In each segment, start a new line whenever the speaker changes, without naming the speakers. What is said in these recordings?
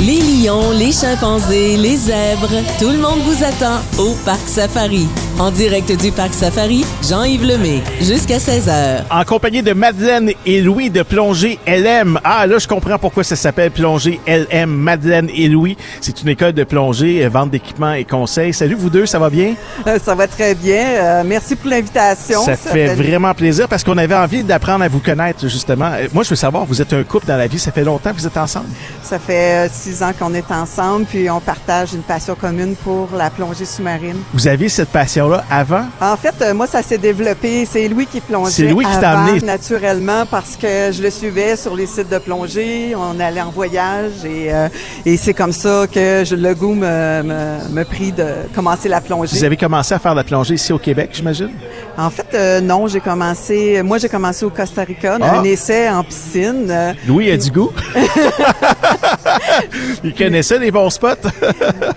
lions, les chimpanzés, les zèbres, tout le monde vous attend au Parc Safari. En direct du Parc Safari, Jean-Yves Lemay, jusqu'à 16h.
En compagnie de Madeleine et Louis de Plongée LM. Ah, là, je comprends pourquoi ça s'appelle Plongée LM. Madeleine et Louis, c'est une école de plongée, euh, vente d'équipements et conseils. Salut vous deux, ça va bien?
Euh, Ça va très bien. Euh, merci pour l'invitation.
Ça fait vraiment plaisir parce qu'on avait envie d'apprendre à vous connaître, justement. Euh, Moi, je veux savoir, vous êtes un couple dans la vie, ça fait longtemps que vous êtes ensemble?
Ça fait euh, six ans qu'on est ensemble, puis on partage une passion commune pour la plongée sous-marine.
Vous aviez cette passion-là avant?
En fait, euh, moi, ça s'est développé. C'est Louis qui plongeait.
C'est Louis qui t'a
avant,
amené.
Naturellement, parce que je le suivais sur les sites de plongée. On allait en voyage et, euh, et c'est comme ça que je- le goût me, me, me prit de commencer la plongée.
Vous avez commencé à faire la plongée ici au Québec, j'imagine?
En fait, euh, non, j'ai commencé. Moi, j'ai commencé au Costa Rica, on a
Ah.
un essai en piscine. euh,
Louis a du goût. Il connaissait les bons spots.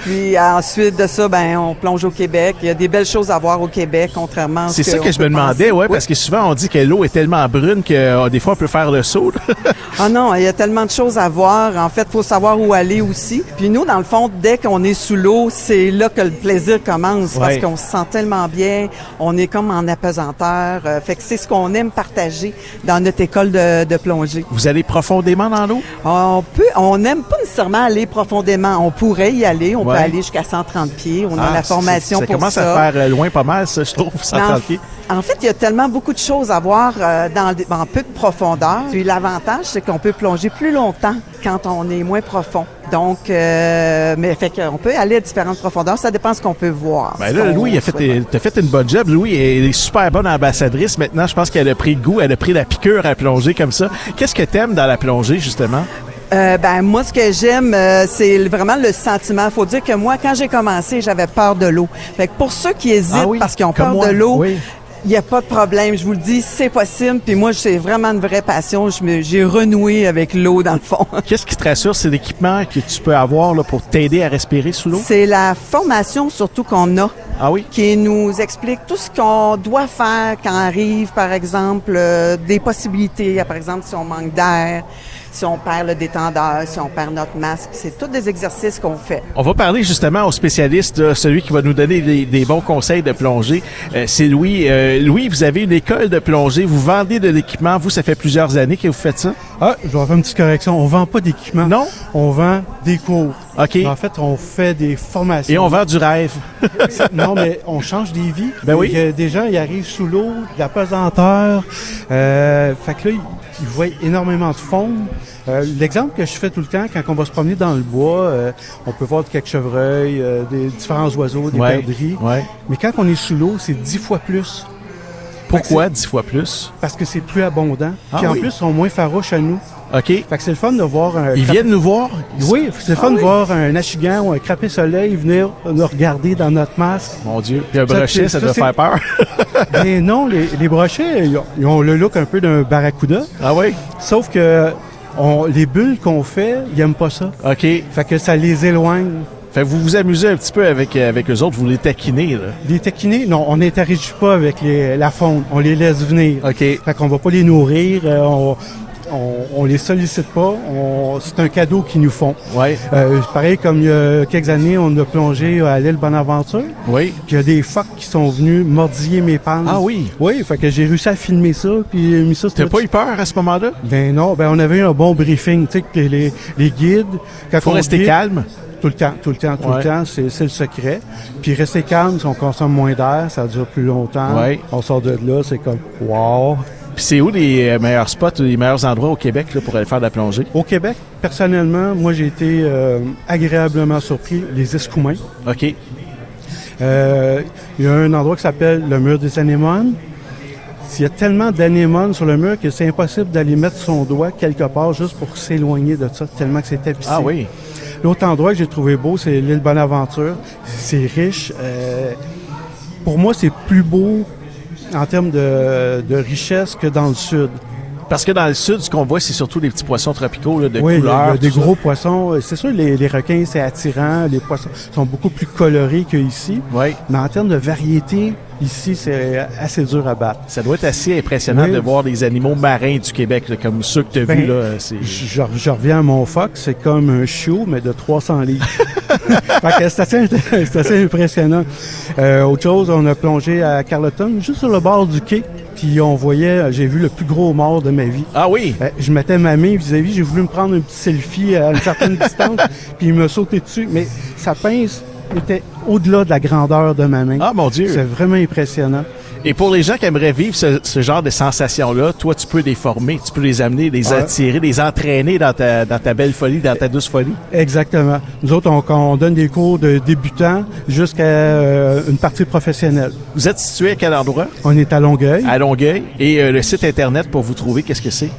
Puis ensuite de ça, ben on plonge au Québec. Il y a des belles choses à voir au Québec, contrairement. à ce
C'est ça
on
que je
peut
me demandais,
penser.
ouais,
Oui.
parce que souvent on dit que l'eau est tellement brune que euh, des fois on peut faire le saut. là.
Ah non, il y a tellement de choses à voir. En fait, faut savoir où aller aussi. Puis nous, dans le fond, dès qu'on est sous l'eau, c'est là que le plaisir commence parce
Ouais.
qu'on se sent tellement bien. On est comme en apesanteur. Euh, fait que c'est ce qu'on aime partager dans notre école de, de plongée.
Vous allez profondément dans l'eau.
On peut, on n'aime pas nécessairement aller profondément. On pourrait y aller. On
Ouais.
peut aller jusqu'à 130 pieds. On a
Ah,
la
c'est-
formation
ça
pour
commence
ça.
à faire euh, loin pas mal, ça, je trouve,
Mais en,
130 pieds.
en fait, il y a tellement beaucoup de choses à voir euh, dans le- en peu de profondeur. Puis l'avantage, c'est qu'on peut plonger plus longtemps quand on est moins profond. Donc, euh, mais fait qu'on peut aller à différentes profondeurs. Ça dépend ce qu'on peut voir.
Ben
ce
là,
qu'on
Louis, il a fait,
souhaite.
euh, t'as fait une bonne job. Louis elle est super bonne ambassadrice. Maintenant, je pense qu'elle a pris le goût, elle a pris la piqûre à plonger comme ça. Qu'est-ce que t'aimes dans la plongée, justement?
Euh, ben moi, ce que j'aime, euh, c'est le- vraiment le sentiment. Faut dire que moi, quand j'ai commencé, j'avais peur de l'eau. Fait que pour ceux qui hésitent
Ah oui,
parce qu'ils ont
comme
peur
moi,
de l'eau.
oui.
Il n'y a pas de problème, je vous le dis, c'est possible. Puis moi, c'est vraiment une vraie passion. Je me- J'ai renoué avec l'eau, dans le fond.
Qu'est-ce qui te rassure? C'est l'équipement que tu peux avoir là, pour t'aider à respirer sous l'eau?
C'est la formation surtout qu'on a
Ah oui?
qui nous explique tout ce qu'on doit faire quand arrive, par exemple, euh, des possibilités. Par exemple, si on manque d'air, si on perd le détendeur, si on perd notre masque. C'est tous des exercices qu'on fait.
On va parler justement au spécialiste, là, celui qui va nous donner des, des bons conseils de plongée. Euh, c'est Louis. Euh, Louis, vous avez une école de plongée, vous vendez de l'équipement. Vous, ça fait plusieurs années que vous faites ça.
Ah, je dois faire une petite correction. On vend pas d'équipement.
Non?
On vend des cours.
OK.
En fait, on fait des formations.
Et on vend du rêve.
non, mais on change des vies.
Ben oui.
Fait que des gens, ils arrivent sous l'eau, de la pesanteur. Euh, fait que là, ils, ils voient énormément de faune. Euh, L'exemple que je fais tout le temps, quand on va se promener dans le bois, euh, on peut voir quelques chevreuils, euh, des différents oiseaux, des
Ouais,
perdrix.
ouais.
Mais quand on est sous l'eau, c'est dix fois plus.
Pourquoi dix fois plus?
Parce que c'est plus abondant.
Ah
Puis en
oui.
plus, ils sont moins farouches à nous.
OK.
Fait que c'est le fun de voir un
Ils viennent nous voir?
Oui, c'est
Ah
le fun de voir un achigan ou un crapé soleil venir nous regarder dans notre masque.
Mon Dieu. Puis un
Ça,
brochet,
c'est-
ça
ça,
doit
c'est-
faire peur.
Mais non, les, les brochets, ils ont, ils ont le look un peu d'un barracuda,
ah oui?
sauf que on- les bulles qu'on fait, ils aiment pas ça.
OK. Fait
Fait que ça les éloigne.
que vous vous amusez un petit peu avec, euh, avec eux autres, vous les taquinez, là.
Les taquinés, non, on n'interagit pas avec les- la faune, on les laisse venir.
OK.
Fait qu'on va pas les nourrir, euh, on, on, on les sollicite pas, on- c'est un cadeau qu'ils nous font.
Ouais.
Euh, pareil, comme il y a quelques années, on a plongé à l'île Bonaventure.
Oui.
Puis il y a des phoques qui sont venus mordiller mes pannes.
Ah oui?
Oui, fait que j'ai réussi à filmer ça, puis j'ai mis ça sur
T'as
le-
pas eu peur à ce moment-là?
Ben non, ben on avait eu un bon briefing, tu sais, que les, les, les guides... Quand
Faut
on
rester
guide-
calme.
Tout le temps, tout le temps, tout
Ouais.
le temps, c'est c'est le secret. Puis rester calme, si on consomme moins d'air, ça dure plus longtemps.
Ouais.
On sort de là, c'est comme « wow ».
Puis c'est où les euh, meilleurs spots, les meilleurs endroits au Québec là, pour aller faire de la plongée?
Au Québec, personnellement, moi j'ai été euh, agréablement surpris, les Escoumins.
OK.
Euh, Il y a un endroit qui s'appelle le mur des anémones. Il y a tellement d'anémones sur le mur que c'est impossible d'aller mettre son doigt quelque part juste pour s'éloigner de ça, tellement que c'est tapissé.
Ah oui.
L'autre endroit que j'ai trouvé beau, c'est l'île Bonaventure. C'est riche. euh, pour moi, c'est plus beau en termes de, de richesse que dans le sud.
Parce que dans le sud, ce qu'on voit, c'est surtout des petits poissons tropicaux là, de
oui, il y a- il
couleur.
y a des
tout ça.
gros poissons. Euh, C'est sûr, les, les requins, c'est attirant. Les poissons sont beaucoup plus colorés qu'ici.
Oui.
Mais en termes de variété, ici, c'est assez dur à battre.
Ça doit être assez impressionnant
Oui.
de voir des animaux marins du Québec, là, comme ceux que tu as
Ben,
vus. là, c'est-
Je, je- je reviens à mon fox, c'est comme un chiot, mais de 300 livres. Fait que c'est assez, c'est assez impressionnant. Euh, autre chose, on a plongé à Carleton, juste sur le bord du quai, puis on voyait, j'ai vu le plus gros mort de ma vie.
Ah oui!
Euh, je mettais ma main vis-à-vis, j'ai voulu me prendre un petit selfie à une certaine distance, puis il me sautait dessus, mais sa pince était au-delà de la grandeur de ma main.
Ah mon
C'est
Dieu!
vraiment impressionnant.
Et pour les gens qui aimeraient vivre ce, ce genre de sensations-là, toi, tu peux les former, tu peux les amener, les
Ouais.
attirer, les entraîner dans ta, dans ta belle folie, dans ta douce folie.
Exactement. Nous autres, on, on donne des cours de débutants jusqu'à euh, une partie professionnelle.
Vous êtes situé à quel endroit?
On est à Longueuil,
À Longueuil. Et euh, le site Internet pour vous trouver, qu'est-ce que c'est?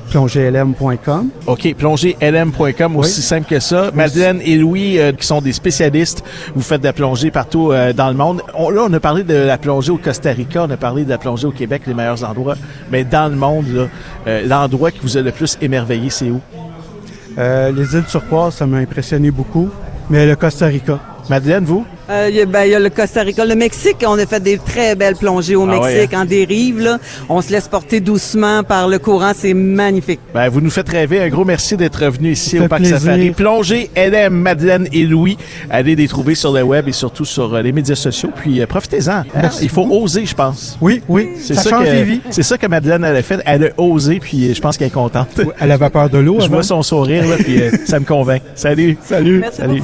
plongeelm.com.
OK, plongeelm.com, aussi
Oui.
simple que ça. Madeleine et Louis, euh, qui sont des spécialistes, vous faites de la plongée partout euh, dans le monde. On- là, on a parlé de la plongée au Costa Rica, on a parlé de la plongée au Québec, les meilleurs endroits. Mais dans le monde, là, euh, l'endroit qui vous a le plus émerveillé, c'est où?
Euh, les îles turquoises, ça m'a impressionné beaucoup, mais le Costa Rica.
Madeleine, vous?
Euh, Il y, a- ben, il y a le Costa Rica, le Mexique. On a fait des très belles plongées au
Ah ouais,
Mexique en dérive. Là. On se laisse porter doucement par le courant. C'est magnifique.
Ben, vous nous faites rêver. Un gros merci d'être venu ici
Ça
au
fait
Parc
plaisir.
Safari. Plongée LM, Madeleine et Louis. Allez les trouver sur le web et surtout sur euh, les médias sociaux. Puis euh, profitez-en. hein. Il faut oser, je pense.
Oui, oui,
C'est
ça, change
que,
les vies.
C'est ça que Madeleine, elle a fait. Elle a osé, puis euh, je pense qu'elle est contente.
À la vapeur de l'eau,
Je
avant.
vois son sourire, là, puis euh, ça me convainc. Salut. Salut.
Merci
Salut.